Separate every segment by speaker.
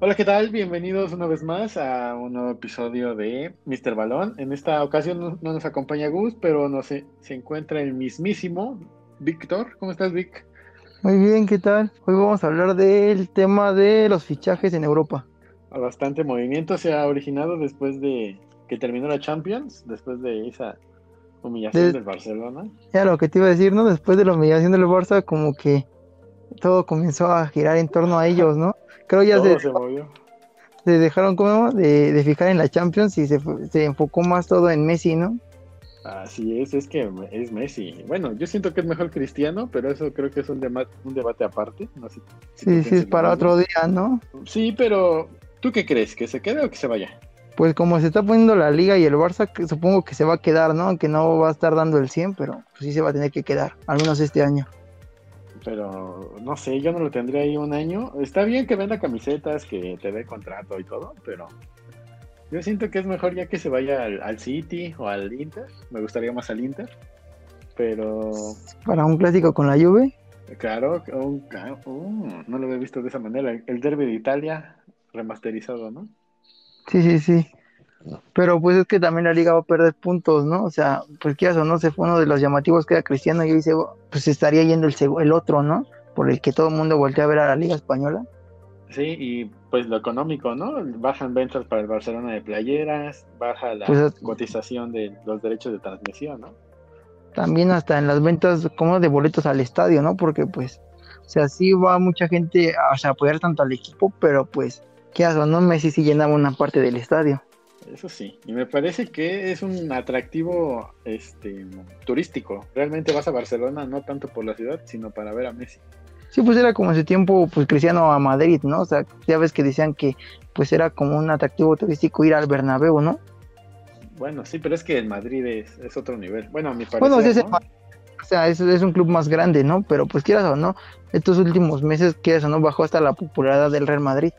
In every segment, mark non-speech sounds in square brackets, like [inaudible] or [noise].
Speaker 1: Hola, ¿qué tal? Bienvenidos una vez más a un nuevo episodio de Mr. Balón. En esta ocasión no, no nos acompaña Gus, pero no sé, se encuentra el mismísimo Víctor. ¿Cómo estás, Vic?
Speaker 2: Muy bien, ¿qué tal? Hoy vamos a hablar del tema de los fichajes en Europa.
Speaker 1: Bastante movimiento se ha originado después de que terminó la Champions, después de esa humillación
Speaker 2: De-
Speaker 1: del Barcelona.
Speaker 2: Ya lo que te iba a decir, ¿no? Después de la humillación del Barça, como que todo comenzó a girar en torno a ellos, ¿no? Creo ya
Speaker 1: Todo
Speaker 2: se,
Speaker 1: se movió.
Speaker 2: se dejaron como de, de fijar en la Champions y se, fue- se enfocó más todo en Messi, ¿no?
Speaker 1: Así es, es que es Messi. Bueno, yo siento que es mejor Cristiano, pero eso creo que es un, dema- un debate aparte. No sé si tú
Speaker 2: Sí, sí,
Speaker 1: piensas
Speaker 2: es
Speaker 1: lo
Speaker 2: para
Speaker 1: mismo.
Speaker 2: otro día, ¿no?
Speaker 1: Sí, pero ¿tú qué crees? ¿Que se quede o que se vaya?
Speaker 2: Pues como se está poniendo la liga y el Barça, que supongo que se va a quedar, ¿no? Aunque no va a estar dando el 100, pero pues, sí se va a tener que quedar, al menos este año.
Speaker 1: Pero no sé, yo no lo tendría ahí un año. Está bien que venda camisetas, que te dé contrato y todo, pero yo siento que es mejor ya que se vaya al, al City o al Inter. Me gustaría más al Inter. Pero
Speaker 2: Para un clásico con la Juve,
Speaker 1: claro, un- ah, uh, no lo había visto de esa manera. El Derby de Italia remasterizado, ¿no?
Speaker 2: Sí, sí, sí. Pero pues es que también la liga va a perder puntos, ¿no? O sea, pues quieras o no, se fue uno de los llamativos que era Cristiano y dice, pues estaría yendo el, seg- el otro, ¿no? Por el que todo el mundo voltea a ver a la liga española.
Speaker 1: Sí, y pues lo económico, ¿no? Bajan ventas para el Barcelona de playeras, baja la
Speaker 2: Pues,
Speaker 1: cotización de los derechos de transmisión, ¿no?
Speaker 2: También hasta en las ventas como de boletos al estadio, ¿no? Porque pues, o sea, sí va mucha gente a o sea, apoyar tanto al equipo, pero pues, quieras o no, Messi sí llenaba una parte del estadio.
Speaker 1: Eso sí, y me parece que es un atractivo este, turístico. Realmente vas a Barcelona no tanto por la ciudad, sino para ver a Messi.
Speaker 2: Sí, pues era como en su tiempo, pues Cristiano a Madrid, ¿no? O sea, ya ves que decían que pues era como un atractivo turístico ir al Bernabéu, ¿no?
Speaker 1: Bueno, sí, pero es que el Madrid es, es otro nivel. Bueno, a mi parecer.
Speaker 2: Bueno, sí, es el
Speaker 1: ¿no?
Speaker 2: Madrid. O sea, es, es un club más grande, ¿no? Pero pues quieras o no, estos últimos meses, quieras o no, bajó hasta la popularidad del Real Madrid.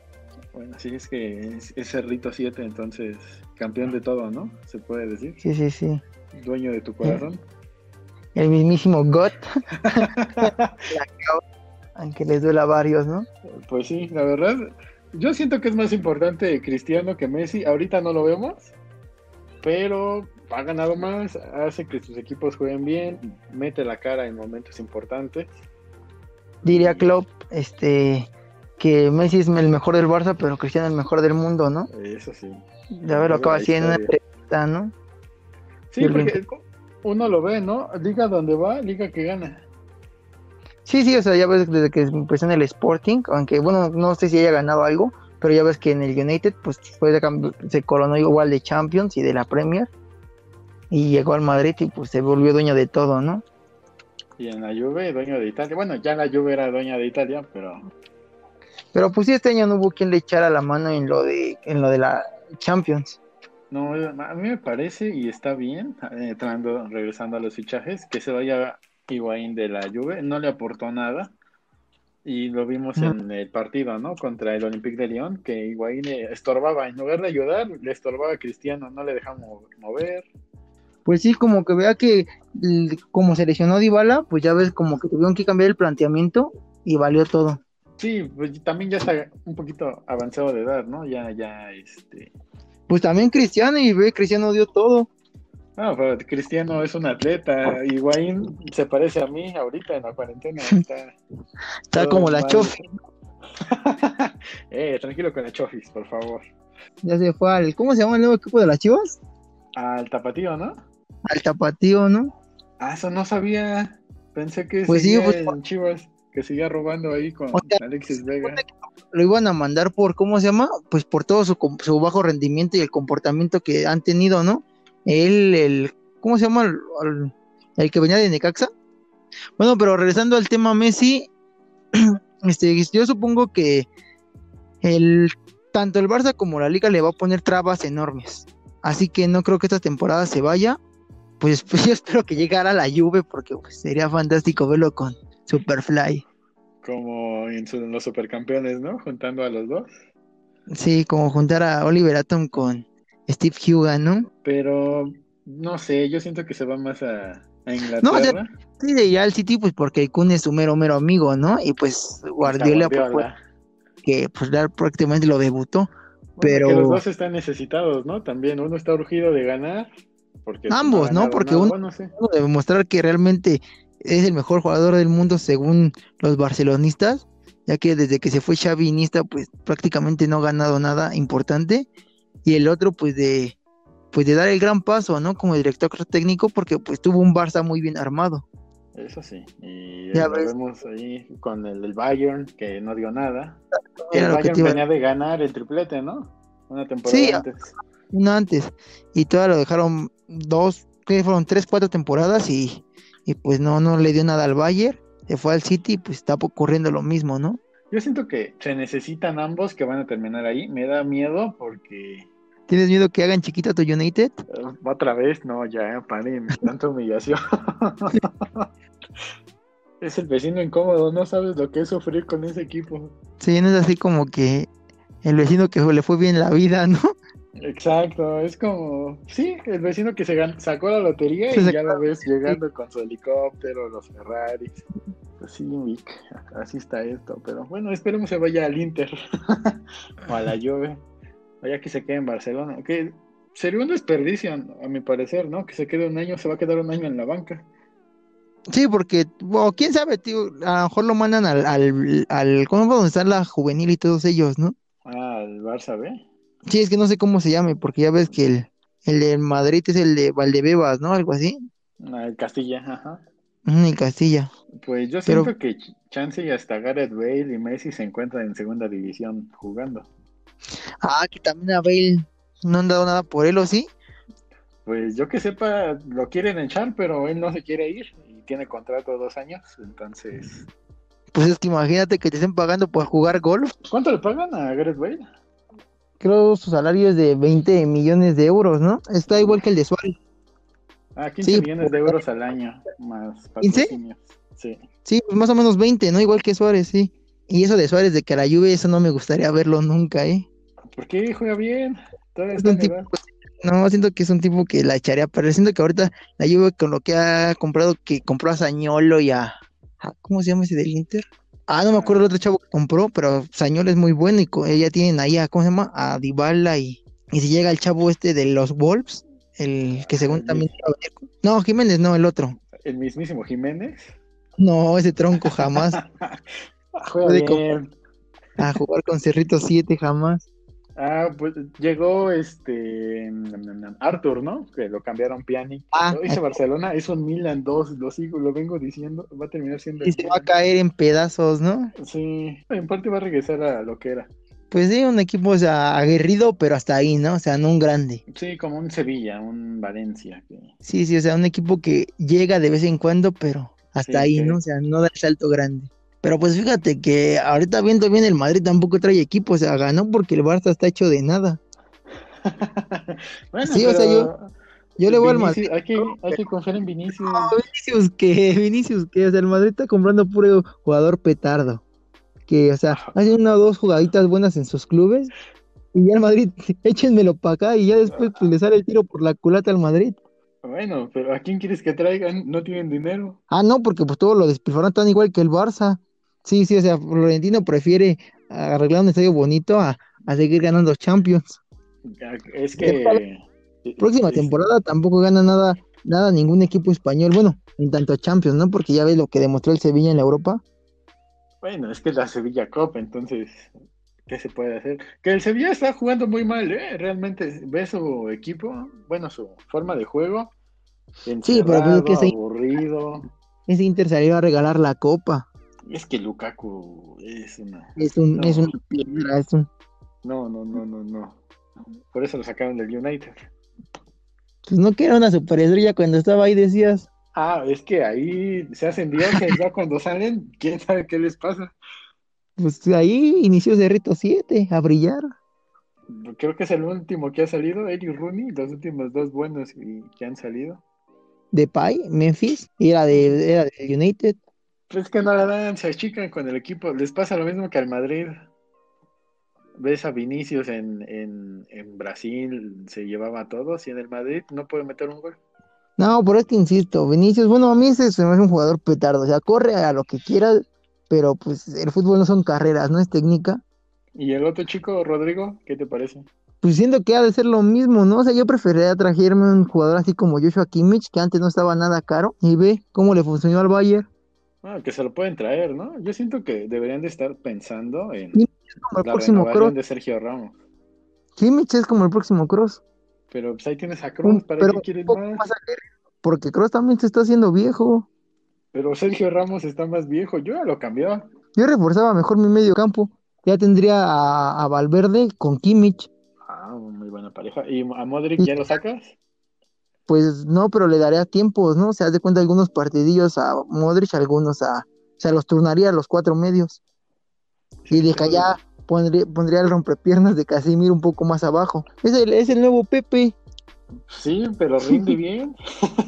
Speaker 1: Bueno, sí, es que es, es Cerrito 7, entonces campeón de todo, ¿no? Se puede decir.
Speaker 2: Sí, sí, sí.
Speaker 1: Dueño de tu corazón.
Speaker 2: El mismísimo Got, aunque les duela a varios, ¿no?
Speaker 1: Pues sí, la verdad, yo siento que es más importante Cristiano que Messi. Ahorita no lo vemos, pero ha ganado más, hace que sus equipos jueguen bien, mete la cara en momentos importantes.
Speaker 2: Diría Klopp, este, que Messi es el mejor del Barça, pero Cristiano el mejor del mundo, ¿no?
Speaker 1: Eso sí.
Speaker 2: De haberlo
Speaker 1: Toda
Speaker 2: acaba
Speaker 1: la
Speaker 2: haciendo en una
Speaker 1: historia.
Speaker 2: entrevista, ¿no?
Speaker 1: Sí, porque uno lo ve, ¿no? Liga donde va, liga que gana.
Speaker 2: Sí, sí, o sea, ya ves desde que empezó en el Sporting, aunque bueno, no sé si haya ganado algo, pero ya ves que en el United pues fue de cam- se coronó igual de Champions y de la Premier y llegó al Madrid y pues se volvió dueño de todo, ¿no?
Speaker 1: Y en la Juve, dueño de Italia. Bueno, ya en la Juve era dueña de Italia, pero
Speaker 2: Pero pues sí este año no hubo quien le echara la mano en lo de en lo de la Champions.
Speaker 1: no, a mí me parece y está bien, eh, entrando, regresando a los fichajes, que se vaya Higuaín de la Juve, no le aportó nada. Y lo vimos en el partido, ¿no? Contra el Olympique de Lyon, que Higuaín eh, estorbaba, en lugar de ayudar, le estorbaba a Cristiano, no le dejaba mo- mover.
Speaker 2: Pues sí, como que vea que l- como se lesionó Dybala, pues ya ves como que tuvieron que cambiar el planteamiento y valió todo.
Speaker 1: Sí, pues también ya está un poquito avanzado de edad, ¿no? Ya, ya, este,
Speaker 2: Pues también Cristiano y ve Cristiano dio todo.
Speaker 1: No, pero Cristiano es un atleta. Higuaín se parece a mí ahorita en la cuarentena. Está,
Speaker 2: Está
Speaker 1: todo
Speaker 2: como la
Speaker 1: mal.
Speaker 2: Chofi,
Speaker 1: [laughs] eh, tranquilo con la Chofis, por favor.
Speaker 2: ya se fue al ¿cómo se llama el nuevo equipo de las Chivas?
Speaker 1: Al tapatío, ¿no?
Speaker 2: al tapatío, ¿no?
Speaker 1: Ah, eso no sabía. Pensé que
Speaker 2: Pues sí,
Speaker 1: seguía
Speaker 2: pues-
Speaker 1: en Chivas, que seguía robando ahí con
Speaker 2: O sea,
Speaker 1: Alexis Vega.
Speaker 2: Lo iban a mandar por, ¿cómo se llama? Pues por todo su, com- su bajo rendimiento y el comportamiento que han tenido, ¿no? Él, el, ¿cómo se llama? El, el- el que venía de Necaxa. Bueno, pero regresando al tema Messi, [clears throat] este, yo supongo que el, tanto el Barça como la Liga le va a poner trabas enormes. Así que no creo que esta temporada se vaya. Pues, [laughs] pues, yo espero que llegara la Juve porque pues, sería fantástico verlo con Superfly.
Speaker 1: Como en su- en los supercampeones, ¿no? Juntando a los dos.
Speaker 2: Sí, como juntar a Oliver Atom con Steve Hugan, ¿no?
Speaker 1: Pero no sé, yo siento que se va más a, a Inglaterra.
Speaker 2: No, o sea, Sí, de ir al City, pues porque el Kun es su mero, mero amigo, ¿no? Y pues
Speaker 1: Hasta
Speaker 2: Guardiola, pues,
Speaker 1: Guardiola.
Speaker 2: que pues ya prácticamente lo debutó. Pero
Speaker 1: Porque los dos están necesitados, ¿no? También uno está urgido de ganar. Porque pues,
Speaker 2: Ambos, ¿no?
Speaker 1: ha ganado
Speaker 2: Porque
Speaker 1: nada.
Speaker 2: un-
Speaker 1: Bueno, sí.
Speaker 2: tratando de demostrar que realmente es el mejor jugador del mundo según los barcelonistas, ya que desde que se fue Xavi Iniesta, pues prácticamente no ha ganado nada importante. Y el otro, pues de, pues de dar el gran paso, ¿no? Como director técnico, porque pues tuvo un Barça muy bien armado.
Speaker 1: Eso sí. Y
Speaker 2: Ya
Speaker 1: lo
Speaker 2: ves.
Speaker 1: vemos ahí con el, del Bayern, que no dio nada.
Speaker 2: Era
Speaker 1: el
Speaker 2: lo que
Speaker 1: Bayern
Speaker 2: te iba a-
Speaker 1: venía de ganar el triplete, ¿no? Una temporada
Speaker 2: Sí,
Speaker 1: antes.
Speaker 2: Una antes. Y todavía lo dejaron dos, que fueron tres, cuatro temporadas y, y pues no, no le dio nada al Bayern. Se fue al City y pues está ocurriendo lo mismo, ¿no?
Speaker 1: Yo siento que se necesitan ambos que van a terminar ahí. Me da miedo porque eh,
Speaker 2: ¿Tienes miedo que hagan chiquita tu United?
Speaker 1: otra vez, no, ya, eh, paren, tanta humillación. [laughs] es el vecino incómodo, no sabes lo que es sufrir con ese equipo.
Speaker 2: Sí, no es así como que el vecino que le fue bien la vida, [laughs] ¿no?
Speaker 1: Exacto, es como, sí, el vecino que se gan- sacó la lotería
Speaker 2: Se
Speaker 1: y
Speaker 2: sacó
Speaker 1: ya lo ves llegando con su helicóptero, los Ferraris. Pues sí, Vic, así está esto, pero bueno, esperemos se vaya al Inter [laughs] o a la Juve, vaya que se quede en Barcelona, que sería un desperdicio, a mi parecer, ¿no? Que se quede un año, se va a quedar un año en la banca.
Speaker 2: Sí, porque, o quién sabe, tío, a lo mejor lo mandan al, al, al ¿cómo donde está la juvenil y todos ellos, ¿no?
Speaker 1: Ah, el Barça B.
Speaker 2: Sí, es que no sé cómo se llame, porque ya ves que el, el de Madrid es el de Valdebebas, ¿no? Algo así,
Speaker 1: Ah, el Castilla, ajá.
Speaker 2: Ujú, en Castilla.
Speaker 1: Pues yo
Speaker 2: Pero-
Speaker 1: siento que Ch- Chance y hasta Gareth Bale y Messi se encuentran en segunda división jugando.
Speaker 2: Ah, que también a Bale no han dado nada por él, ¿o sí?
Speaker 1: Pues yo que sepa, lo quieren echar, pero él no se quiere ir y tiene contrato de dos años. Entonces,
Speaker 2: Pues es que imagínate que te estén pagando por jugar golf.
Speaker 1: ¿cuánto le pagan a Gareth Bale?
Speaker 2: Creo su salario es de 20 millones de euros, ¿no? Está igual que el de Suárez.
Speaker 1: Ah, 15
Speaker 2: Sí,
Speaker 1: millones de euros al año, más
Speaker 2: ¿Quince?
Speaker 1: patrocinios. Sí.
Speaker 2: Sí, pues más o menos 20, ¿no? Igual que Suárez, sí. Y eso de Suárez de que a la Juve, eso no me gustaría verlo nunca, ¿eh?
Speaker 1: ¿Por qué juega bien? Todavía
Speaker 2: Es
Speaker 1: está
Speaker 2: un
Speaker 1: en
Speaker 2: tipo,
Speaker 1: edad.
Speaker 2: no, siento que es un tipo que la echaría, pero siento que ahorita la Juve con lo que ha comprado, que compró a Sañolo y a, a- ¿cómo se llama ese del Inter? Ah, no me acuerdo el otro chavo que compró, pero Sañolo es muy bueno y co- eh, ya tienen ahí a, ¿cómo se llama? A Dybala y, y si llega el chavo este de los Wolves, el que según también... iba a venir con- No, Jiménez no, el otro.
Speaker 1: El mismísimo Jiménez.
Speaker 2: No, ese tronco jamás.
Speaker 1: Ah, Juega
Speaker 2: De
Speaker 1: bien.
Speaker 2: A jugar con Cerrito 7 jamás.
Speaker 1: Ah, pues llegó este Arthur, ¿no? Que lo cambiaron Piani.
Speaker 2: Ah,
Speaker 1: Lo dice Barcelona, es un Milan 2, lo sigo, lo vengo diciendo, va a terminar siendo el
Speaker 2: Y se va a
Speaker 1: Milan.
Speaker 2: caer en pedazos, ¿no?
Speaker 1: Sí, en parte va a regresar a lo que era.
Speaker 2: Pues sí, un equipo o sea, aguerrido, pero hasta ahí, ¿no? O sea, no un grande.
Speaker 1: Sí, como un Sevilla, un Valencia.
Speaker 2: [laughs]
Speaker 1: que-
Speaker 2: Sí, sí, o sea, un equipo que llega de vez en cuando, pero hasta
Speaker 1: Sí,
Speaker 2: ahí,
Speaker 1: sí.
Speaker 2: ¿no? O sea, no da el salto grande. Pero pues fíjate que ahorita viendo bien el Madrid tampoco trae equipo, o sea, ganó porque el Barça está hecho de nada.
Speaker 1: bueno,
Speaker 2: Sí, o sea,
Speaker 1: pero
Speaker 2: Yo le voy al Madrid.
Speaker 1: Vinicius- Hay que, hay que confiar en Vinicius.
Speaker 2: No, [laughs] Vinicius que, Vinicius que, o sea, el Madrid está comprando puro jugador petardo. Que, o sea, hace una o dos jugaditas buenas en sus clubes. Y ya el Madrid, [laughs] échenmelo para acá y ya después pues, le sale el tiro por la culata al Madrid.
Speaker 1: Bueno, pero ¿a quién quieres que traigan? No tienen dinero.
Speaker 2: Ah, no, porque pues todo lo despilfarran tan igual que el Barça. Sí, sí, o sea, Florentino prefiere arreglar un estadio bonito a, a seguir ganando Champions.
Speaker 1: Es que. eh,
Speaker 2: Próxima
Speaker 1: es-
Speaker 2: temporada tampoco gana nada, nada ningún equipo español. Bueno, en tanto Champions, ¿no? Porque ya ves lo que demostró el Sevilla en la Europa.
Speaker 1: Bueno, es que es la Sevilla Cup, entonces, ¿qué se puede hacer? Que el Sevilla está jugando muy mal, ¿eh? Realmente, ve su equipo, bueno, su forma de juego.
Speaker 2: Sí, pero pues es que
Speaker 1: encerrado,
Speaker 2: se-
Speaker 1: aburrido.
Speaker 2: Ese Inter salió a regalar la copa.
Speaker 1: Es que Lukaku es una.
Speaker 2: Es un,
Speaker 1: No.
Speaker 2: es una piedra, es un.
Speaker 1: No, no, no, no, no. Por eso lo sacaron del United.
Speaker 2: Pues no que era una superestrella cuando estaba ahí decías.
Speaker 1: Ah, es que ahí se hacen dioses, ya cuando salen, quién sabe qué les pasa.
Speaker 2: Pues ahí inició Cerrito 7 a brillar.
Speaker 1: Creo que es el último que ha salido, él y Rooney, los últimos dos buenos y- que han salido.
Speaker 2: De Pai, Memphis, y era de, era de United.
Speaker 1: Pues es que no la dan, se achican con el equipo, les pasa lo mismo que al Madrid. Ves a Vinicius en, en, en Brasil, se llevaba a todos y en el Madrid no puede meter un gol.
Speaker 2: No, pero es que insisto, Vinicius, bueno, a mí ese se me hace un jugador petardo. O sea, corre a lo que quiera, pero pues el fútbol no son carreras, no es técnica.
Speaker 1: ¿Y el otro chico, Rodrigo, qué te parece?
Speaker 2: Pues siento que ha de ser lo mismo, ¿no? O sea, yo preferiría trajerme un jugador así como Joshua Kimmich, que antes no estaba nada caro, y ve cómo le funcionó al Bayern.
Speaker 1: Ah, que se lo pueden traer, ¿no? Yo siento que deberían de estar pensando en
Speaker 2: Kimmich es como el
Speaker 1: la
Speaker 2: próximo
Speaker 1: renovación
Speaker 2: Cross.
Speaker 1: de Sergio Ramos.
Speaker 2: Kimmich es como el próximo Cross.
Speaker 1: Pero pues ahí tienes a Cruz, ¿para
Speaker 2: Pero
Speaker 1: qué quieres
Speaker 2: un poco
Speaker 1: más?
Speaker 2: más alegre, porque Cross también se está haciendo viejo.
Speaker 1: Pero Sergio Ramos está más viejo, yo ya lo cambiaba.
Speaker 2: Yo reforzaba mejor mi medio campo. Ya tendría a, a Valverde con Kimmich.
Speaker 1: Ah, muy buena pareja. ¿Y a Modric
Speaker 2: Y-
Speaker 1: ya lo sacas?
Speaker 2: Pues no, pero le daría tiempos, ¿no? Se haz de cuenta algunos partidillos a Modric, algunos a. O sea, los turnaría a los cuatro medios. Y de
Speaker 1: Eso-
Speaker 2: allá pondría, pondría el rompepiernas de Casimir un poco más abajo. Es el, es el nuevo Pepe.
Speaker 1: Sí, pero rinde bien.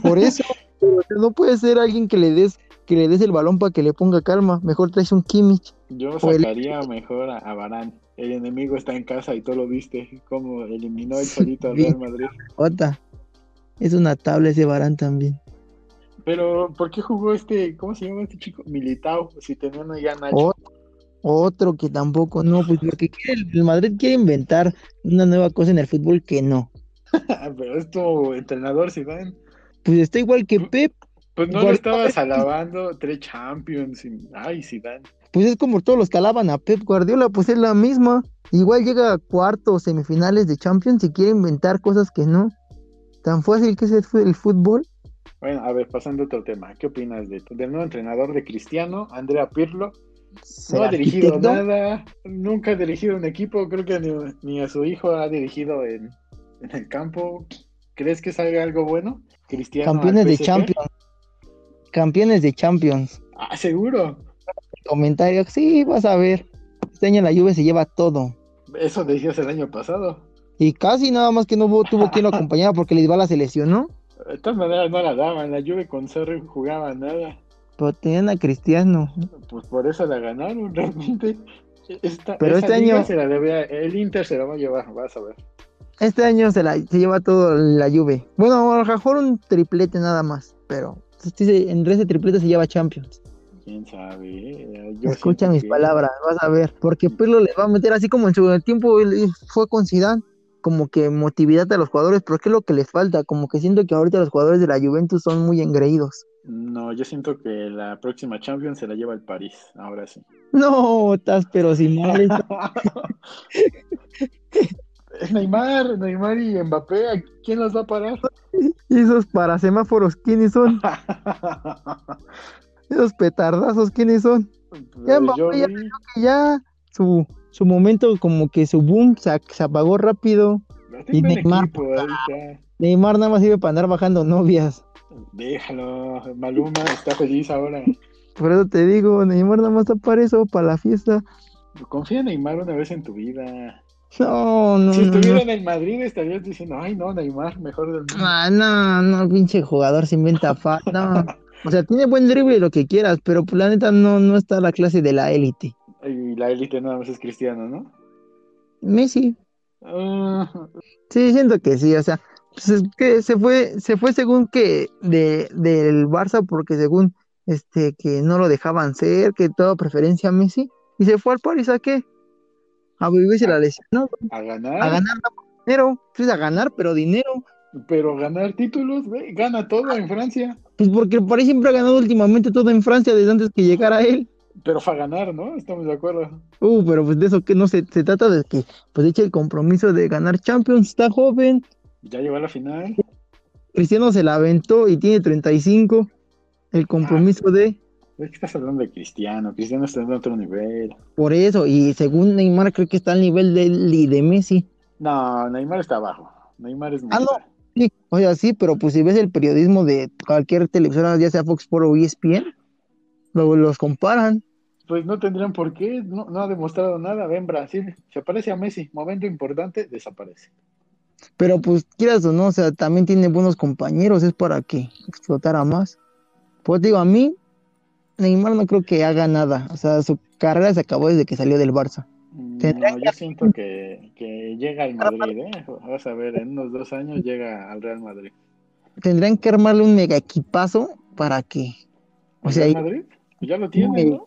Speaker 2: Por eso, [laughs] pero, o sea, no puede ser alguien que le des que le des el balón para que le ponga calma. Mejor traes un Kimmich. [laughs]
Speaker 1: Yo
Speaker 2: O el-
Speaker 1: sacaría mejor a, a Varane. El enemigo está en casa y tú lo viste, cómo eliminó el solito al
Speaker 2: Sí.
Speaker 1: Real Madrid.
Speaker 2: Ota. Es una tabla ese Barán también.
Speaker 1: Pero, ¿por qué jugó este, cómo se llama este chico? Militao, si tenían ya Nacho.
Speaker 2: O- otro que tampoco. No, pues lo que quiere el, el Madrid quiere inventar una nueva cosa en el fútbol que no.
Speaker 1: [laughs] Pero es tu entrenador, Zidane.
Speaker 2: Pues está igual que Pep.
Speaker 1: Pues no
Speaker 2: Igual-
Speaker 1: lo estabas alabando, tres Champions. y- Ay, Zidane.
Speaker 2: Pues es como todos los que alaban a Pep Guardiola, pues es la misma. Igual llega a cuartos, semifinales de Champions y quiere inventar cosas que no. Tan fácil que es el fu- el fútbol.
Speaker 1: Bueno, a ver, pasando a otro tema. ¿Qué opinas de, del nuevo entrenador de Cristiano, Andrea Pirlo?
Speaker 2: Ser
Speaker 1: No ha dirigido
Speaker 2: arquitecto.
Speaker 1: nada, nunca ha dirigido un equipo, creo que ni, ni a su hijo ha dirigido en, en el campo. ¿Crees que salga algo bueno? Cristiano al
Speaker 2: Campeones de
Speaker 1: PSG?
Speaker 2: Champions. Campeones de Champions.
Speaker 1: Ah, seguro.
Speaker 2: Comentario, sí, vas a ver. Este año la Juve se lleva todo.
Speaker 1: Eso decías el año pasado.
Speaker 2: Y casi nada más que no hubo- tuvo quien lo acompañara porque Lisbala se lesionó.
Speaker 1: De todas maneras no la daban, la Juve con Sarri jugaba nada.
Speaker 2: Pero tenían a Cristiano.
Speaker 1: Pues por eso la ganaron [laughs] realmente. Esta,
Speaker 2: Pero
Speaker 1: esa
Speaker 2: este
Speaker 1: liga
Speaker 2: año-
Speaker 1: se la debía, el Inter se la va a llevar, vas a ver.
Speaker 2: Este año se la se lleva todo la Juve. Bueno, a lo mejor un triplete nada más. Pero sí se- entre ese triplete se lleva Champions.
Speaker 1: Quién sabe. eh, yo
Speaker 2: Escucha
Speaker 1: siento
Speaker 2: mis
Speaker 1: que-
Speaker 2: palabras, vas a ver, porque Pirlo le va a meter así como en su tiempo él fue con Zidane, como que motividad a los jugadores, pero ¿qué es lo que les falta? Como que siento que ahorita los jugadores de la Juventus son muy engreídos. [laughs]
Speaker 1: No, yo siento que la próxima Champions se la lleva el París, ahora sí.
Speaker 2: No, estás pero sin mal. estás-
Speaker 1: Es Neymar, Neymar y Mbappé, ¿a quién los va a parar? [laughs]
Speaker 2: Esos para semáforos, ¿quiénes son? Esos petardazos, ¿quiénes son?
Speaker 1: Pues
Speaker 2: Ya
Speaker 1: yo
Speaker 2: Mbappé ya-
Speaker 1: vi-
Speaker 2: Que ya su, su momento, como que su boom se, ac- se apagó rápido.
Speaker 1: no tengo un
Speaker 2: Neymar.
Speaker 1: equipo ahorita.
Speaker 2: Neymar nada más sirve para andar bajando novias.
Speaker 1: Déjalo, Maluma está feliz ahora.
Speaker 2: Por eso te digo, Neymar nada más está para eso, para la fiesta.
Speaker 1: Confía en Neymar una vez en tu vida.
Speaker 2: No, no.
Speaker 1: Si
Speaker 2: no, no.
Speaker 1: estuviera en el Madrid estarías diciendo, ay no, Neymar, mejor del mundo.
Speaker 2: Ah, no, no, pinche jugador se inventa fa, no. O sea, tiene buen drible y lo que quieras, pero pues, la neta no, no está a la clase de la élite.
Speaker 1: Y la élite nada más es cristiano, ¿no?
Speaker 2: Messi,
Speaker 1: Ah,
Speaker 2: sí, siento que sí, o sea, pues, es que se fue, se fue según que de, del Barça, porque según este que no lo dejaban ser, que toda preferencia a Messi, y se fue al París a qué? A vivirse la lesión, ¿no?
Speaker 1: a ganar,
Speaker 2: A ganar no, dinero, pues a ganar, pero dinero.
Speaker 1: pero ganar títulos, güey, gana todo en Francia.
Speaker 2: Pues porque el París siempre ha ganado últimamente todo en Francia desde antes que llegara él.
Speaker 1: Pero fue a ganar, ¿no? Estamos de acuerdo.
Speaker 2: Uh, pero pues de eso que no se, se trata de que pues eche el compromiso de ganar Champions, está joven,
Speaker 1: Ya llegó a la final.
Speaker 2: Cristiano se la aventó y tiene 35, el compromiso de
Speaker 1: Es que estás hablando de Cristiano. Cristiano está en otro nivel.
Speaker 2: por eso, y según Neymar creo que está al nivel de él y de Messi.
Speaker 1: No, Neymar está abajo. Neymar es
Speaker 2: Ah, no.
Speaker 1: Neymar.
Speaker 2: Sí, o sea, sí, pero pues si ves el periodismo de cualquier televisora, ya sea Fox Sports o E ESPN, luego los comparan.
Speaker 1: Pues no tendrían por qué. No, no ha demostrado nada. Ven, Brasil. Se parece a Messi. Momento importante, desaparece.
Speaker 2: Pero pues quieras o no, o sea, también tiene buenos compañeros, es para que explotara más. Pues digo, a mí, Neymar no creo que haga nada. O sea, su carrera se acabó desde que salió del Barça. Tendría
Speaker 1: Mm, No, yo siento que, que llega al Madrid. ¿eh? Vas a ver, en unos dos años llega al Real Madrid.
Speaker 2: Tendrían que armarle un mega equipazo para que. O
Speaker 1: ¿Al
Speaker 2: sea,
Speaker 1: Real
Speaker 2: y-
Speaker 1: Madrid? Pues ya lo tiene,
Speaker 2: Sí.
Speaker 1: ¿no?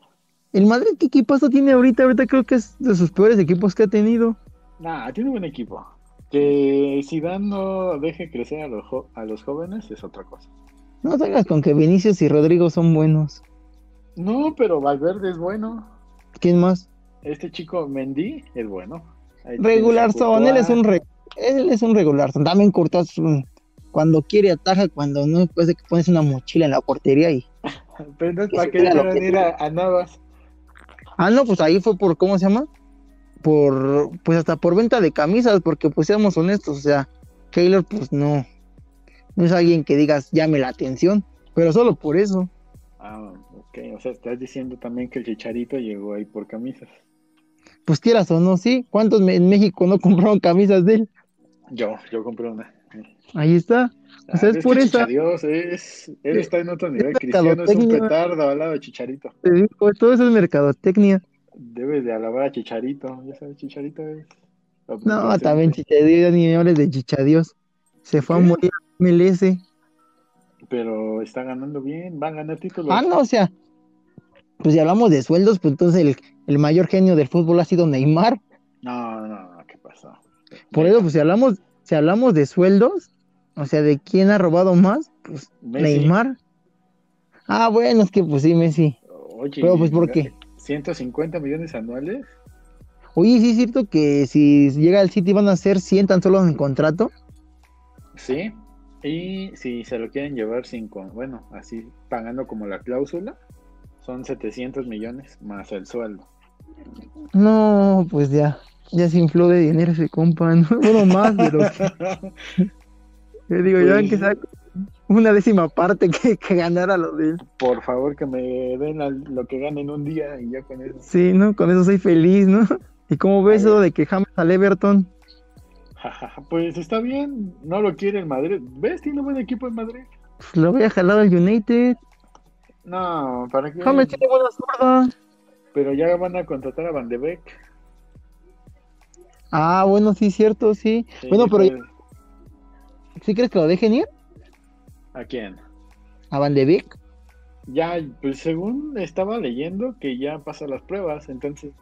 Speaker 2: El Madrid, ¿qué equipazo tiene ahorita? Ahorita creo que es de sus peores equipos que ha tenido.
Speaker 1: Nah, tiene buen equipo. Que Zidane no deje crecer a los, jo- a los jóvenes es otra cosa.
Speaker 2: No salgas con que Vinicius y Rodrigo son buenos.
Speaker 1: No, pero Valverde es bueno.
Speaker 2: ¿Quién más?
Speaker 1: Este chico Mendy es bueno. Ahí tienes a
Speaker 2: Regular son, él es
Speaker 1: Courtois.
Speaker 2: un re- él es un regular son. También Courtois mm, cuando quiere ataja, cuando no, después de que pones una mochila en la portería y
Speaker 1: Pero entonces,
Speaker 2: que
Speaker 1: ¿para
Speaker 2: se
Speaker 1: qué
Speaker 2: crea lo
Speaker 1: dejaron
Speaker 2: que-
Speaker 1: ir a, a Navas?
Speaker 2: Ah, no, pues ahí fue por, ¿cómo se llama? Por, pues hasta por venta de camisas, porque pues seamos honestos, o sea, Keylor pues no, no es alguien que digas llame la atención, pero solo por eso.
Speaker 1: Ah, ok. O sea, estás diciendo también que el Chicharito llegó ahí por camisas.
Speaker 2: Pues quieras o no, sí, ¿cuántos me- en México no [laughs] compraron camisas de él?
Speaker 1: Yo, yo compré una. Ah,
Speaker 2: Ahí está. O sea, es
Speaker 1: que
Speaker 2: por esa-
Speaker 1: Chicharios es, él está en otro nivel.
Speaker 2: es
Speaker 1: Cristiano es un
Speaker 2: mercadotecnia.
Speaker 1: petardo al lado de Chicharito.
Speaker 2: Te digo, todo eso es mercadotecnia.
Speaker 1: Debes de alabar a Chicharito. Ya sabes, Chicharito es.
Speaker 2: No, también Chichadios, ni hables de Chichadios. Se fue a
Speaker 1: ¿Qué?
Speaker 2: morir a MLS.
Speaker 1: Pero está ganando bien, va a ganar títulos.
Speaker 2: Ah, no, o sea, pues si hablamos de sueldos, pues entonces el, el mayor genio del fútbol ha sido Neymar.
Speaker 1: no, no, no, ¿qué pasó?
Speaker 2: Por eso, pues si hablamos, si hablamos de sueldos, o sea, de quién ha robado más, pues
Speaker 1: Messi.
Speaker 2: Neymar. Ah, bueno, es que pues sí, Messi.
Speaker 1: Oye,
Speaker 2: Pero, pues, ¿por qué?
Speaker 1: 150 millones anuales.
Speaker 2: Oye, sí es cierto que si llega al City van a ser 100 tan solo en contrato.
Speaker 1: Sí. Y si se lo quieren llevar sin con, bueno, así pagando como la cláusula, son 700 millones más el sueldo.
Speaker 2: No, pues ya, ya se infló de dinero ese compa, ¿no? [laughs] Bueno, más de los que, [laughs] yo digo, ya ven que saca una décima parte que, [laughs] que ganara lo de él.
Speaker 1: Por favor, que me den al- lo que ganen un día y ya con eso. [laughs]
Speaker 2: Sí, ¿no? Con eso soy feliz, ¿no? [laughs] ¿Y cómo ves
Speaker 1: A ver.
Speaker 2: eso de que James al Everton?
Speaker 1: Jajaja, Pues está bien, no lo quiere el Madrid. ¿Ves? Tiene buen equipo en Madrid.
Speaker 2: Pues lo voy a jalar al United.
Speaker 1: No, ¿para qué?
Speaker 2: James tiene buena zurda.
Speaker 1: Pero ya van a contratar a Van de Beek.
Speaker 2: Ah, bueno, sí, cierto, sí.
Speaker 1: Sí,
Speaker 2: bueno, pero
Speaker 1: pues,
Speaker 2: ¿sí crees que lo dejen ir?
Speaker 1: ¿A quién?
Speaker 2: ¿A Van de Beek?
Speaker 1: Ya, pues según estaba leyendo que ya pasa las pruebas, entonces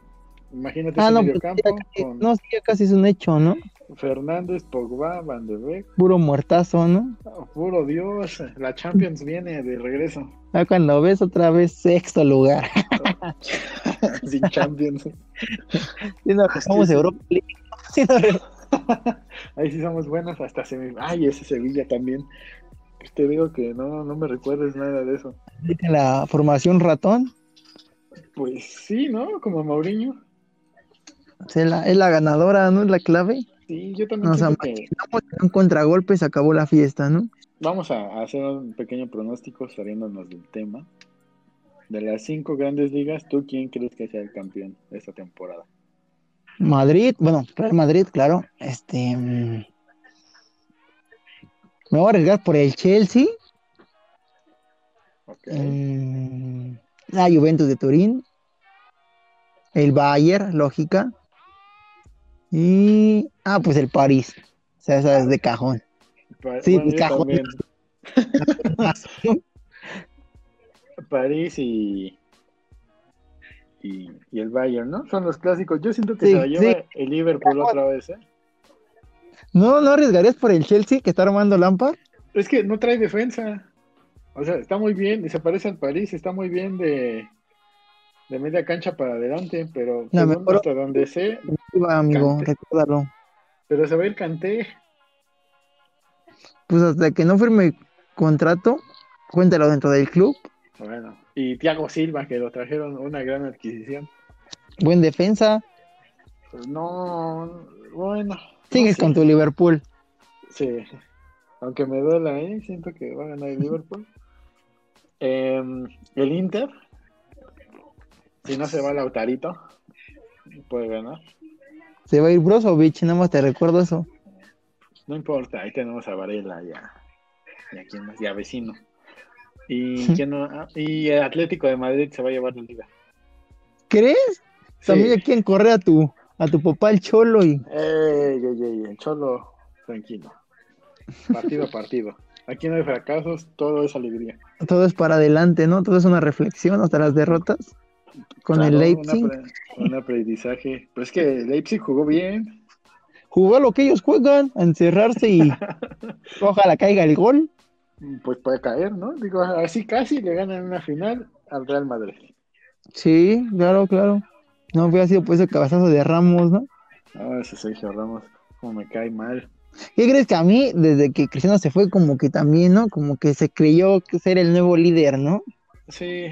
Speaker 1: imagínate
Speaker 2: Ah,
Speaker 1: ese
Speaker 2: no, pues ya
Speaker 1: mediocampo
Speaker 2: casi,
Speaker 1: con
Speaker 2: no, sí, ya casi es un hecho, ¿no?
Speaker 1: Fernández, Pogba, Van de Beek,
Speaker 2: Puro muertazo, ¿no?
Speaker 1: Oh, puro Dios, la Champions viene de regreso, [laughs]
Speaker 2: Ya cuando ves otra vez sexto lugar. [laughs]
Speaker 1: sin Champions. [laughs]
Speaker 2: Si nos vamos
Speaker 1: sí.
Speaker 2: a Europa League. [laughs] Sí, nos regresamos.
Speaker 1: Ahí sí somos buenos hasta Sevilla. Ay, ese Sevilla también. pues, Te digo que no, no me recuerdes nada de eso.
Speaker 2: la formación ratón.
Speaker 1: Pues sí, ¿no? Como Mourinho.
Speaker 2: o sea, la- es la ganadora, ¿no? Es la clave.
Speaker 1: Sí, yo también
Speaker 2: Nos
Speaker 1: siento que
Speaker 2: amachinamos en un contragolpe, se acabó la fiesta, ¿no?
Speaker 1: Vamos a a hacer un pequeño pronóstico saliéndonos del tema. De las cinco grandes ligas, ¿tú quién crees que sea el campeón de esta temporada?
Speaker 2: Madrid, bueno, Real Madrid, claro. Este. mm, Me voy a arriesgar por el Chelsea.
Speaker 1: Ok.
Speaker 2: Mm, La Juventus de Turín. El Bayern, lógica. Y. Ah, pues el París. O sea, esa es de cajón. [laughs]
Speaker 1: Pa-
Speaker 2: sí,
Speaker 1: bueno, yo
Speaker 2: cajón.
Speaker 1: también. París y, y, y el Bayern, ¿no? Son los clásicos. Yo siento que
Speaker 2: Sí,
Speaker 1: se la lleva
Speaker 2: sí.
Speaker 1: el Liverpool otra vez, ¿eh?
Speaker 2: No, no arriesgarías por el Chelsea que está armando Lampard.
Speaker 1: Es que no trae defensa. O sea, está muy bien, y se parece al París, está muy bien de, de media cancha para adelante, pero
Speaker 2: La
Speaker 1: según
Speaker 2: mejor-
Speaker 1: hasta donde sé,
Speaker 2: Iba, amigo,
Speaker 1: Cante.
Speaker 2: recuérdalo.
Speaker 1: pero se va a ir Canté.
Speaker 2: Pues hasta que no firme contrato, cuéntalo dentro del club.
Speaker 1: Bueno, y Thiago Silva, que lo trajeron una gran adquisición.
Speaker 2: Buen defensa.
Speaker 1: Pues no, bueno.
Speaker 2: Sigues
Speaker 1: no
Speaker 2: con tu Liverpool.
Speaker 1: sé. Sí. Aunque me duela, ¿eh? Siento que va a ganar el Liverpool. Em, el Inter. Si no se va Lautarito, puede ganar.
Speaker 2: Se va a ir Brozovic, nada más te recuerdo eso.
Speaker 1: No importa, ahí tenemos a Varela ya. Y a quién más, y a vecino.
Speaker 2: [laughs]
Speaker 1: Y, quién no- ah, y el Atlético de Madrid se va a llevar la liga.
Speaker 2: ¿Crees?
Speaker 1: Sí.
Speaker 2: También a quien corre a tu, a tu papá el Cholo y
Speaker 1: Ey, ey, ey, el Cholo, tranquilo. Partido a partido. Aquí no hay fracasos, todo es alegría.
Speaker 2: todo es para adelante, ¿no? Todo es una reflexión hasta las derrotas.
Speaker 3: con
Speaker 1: Claro,
Speaker 3: el
Speaker 1: un
Speaker 3: Leipzig.
Speaker 1: apre- Un aprendizaje. Pues es que Leipzig jugó bien.
Speaker 2: Jugar lo que ellos juegan, a encerrarse y ojalá caiga el gol.
Speaker 1: Pues puede caer, ¿no? Digo, así casi le ganan una final al Real Madrid.
Speaker 2: Sí, claro, claro. No hubiera sido pues el cabezazo de Ramos, ¿no?
Speaker 1: Ah, ese Sergio Ramos, como me cae mal.
Speaker 2: ¿Qué crees que a mí, desde que Cristiano se fue, como que también, ¿no? Como que se creyó que ser el nuevo líder, ¿no?
Speaker 1: Sí,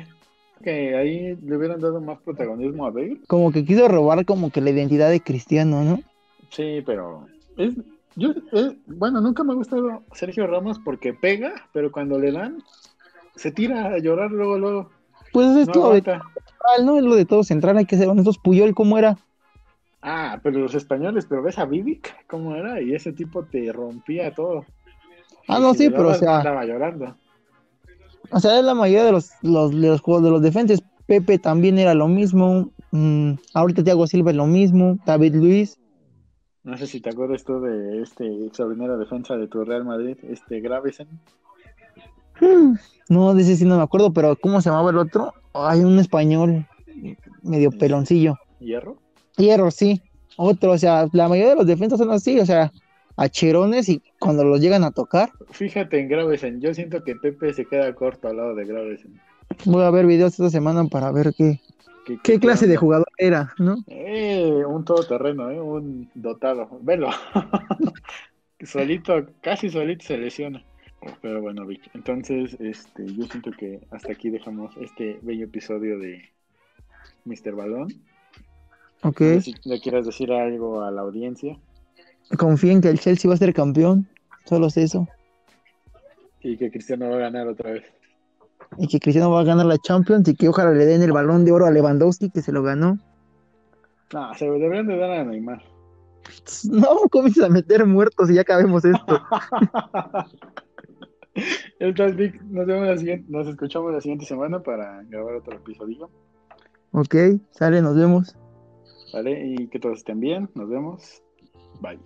Speaker 1: que ahí le hubieran dado más protagonismo a Bale.
Speaker 2: Como que quiso robar como que la identidad de Cristiano, ¿no?
Speaker 1: Sí, pero es, yo, eh, bueno, nunca me ha gustado Sergio Ramos porque pega, pero cuando le dan, se tira a llorar luego, luego.
Speaker 2: Pues eso es
Speaker 1: No
Speaker 2: todo de
Speaker 1: aguanta.
Speaker 2: central, ¿no? Es lo de todo central, hay que ser honestos. Puyol, ¿cómo era?
Speaker 1: Ah, pero los españoles, pero ves a Vivic, ¿cómo era? Y ese tipo te rompía todo.
Speaker 2: Ah,
Speaker 1: Y
Speaker 2: no,
Speaker 1: si
Speaker 2: sí,
Speaker 1: le
Speaker 2: pero o
Speaker 1: dabas,
Speaker 2: sea,
Speaker 1: Estaba llorando.
Speaker 2: o sea, es la mayoría de los, los, de los juegos de los defensas. Pepe también era lo mismo. mm, ahorita Thiago Silva es lo mismo. David Luis.
Speaker 1: No sé si te acuerdas tú de este extraordinaria defensa de tu Real Madrid, este Gravesen.
Speaker 2: No, de ese sí no me acuerdo, pero ¿cómo se llamaba el otro? Hay un español medio peloncillo.
Speaker 1: Hierro.
Speaker 2: Hierro, sí. Otro, o sea, la mayoría de los defensas son así, o sea, acherones y cuando los llegan a tocar,
Speaker 1: Fíjate en Gravesen, yo siento que Pepe se queda corto al lado de Gravesen.
Speaker 2: voy a ver videos esta semana para ver qué, qué clase de jugador era, ¿no?
Speaker 1: Eh, un todoterreno, eh, un dotado. Velo. [laughs] solito, casi solito se lesiona. Pero bueno, Vic. Entonces, este, yo siento que hasta aquí dejamos este bello episodio de Mr. Balón.
Speaker 2: Ok,
Speaker 1: No sé Si le quieres decir algo a la audiencia
Speaker 2: confíen que el Chelsea va a ser campeón, solo es eso,
Speaker 1: y que Cristiano va a ganar otra vez.
Speaker 2: y que Cristiano va a ganar la Champions y que ojalá le den el balón de oro a Lewandowski que se lo ganó. [laughs]
Speaker 1: No, se deberían de dar a Neymar.
Speaker 2: Pues, No, comiences a meter muertos y ya acabemos esto.
Speaker 1: Entonces, Vic, nos vemos la siguiente, nos escuchamos la siguiente semana para grabar otro episodio.
Speaker 2: ok, sale, nos vemos.
Speaker 1: ¿Vale? Y que todos estén bien. Nos vemos. Bye.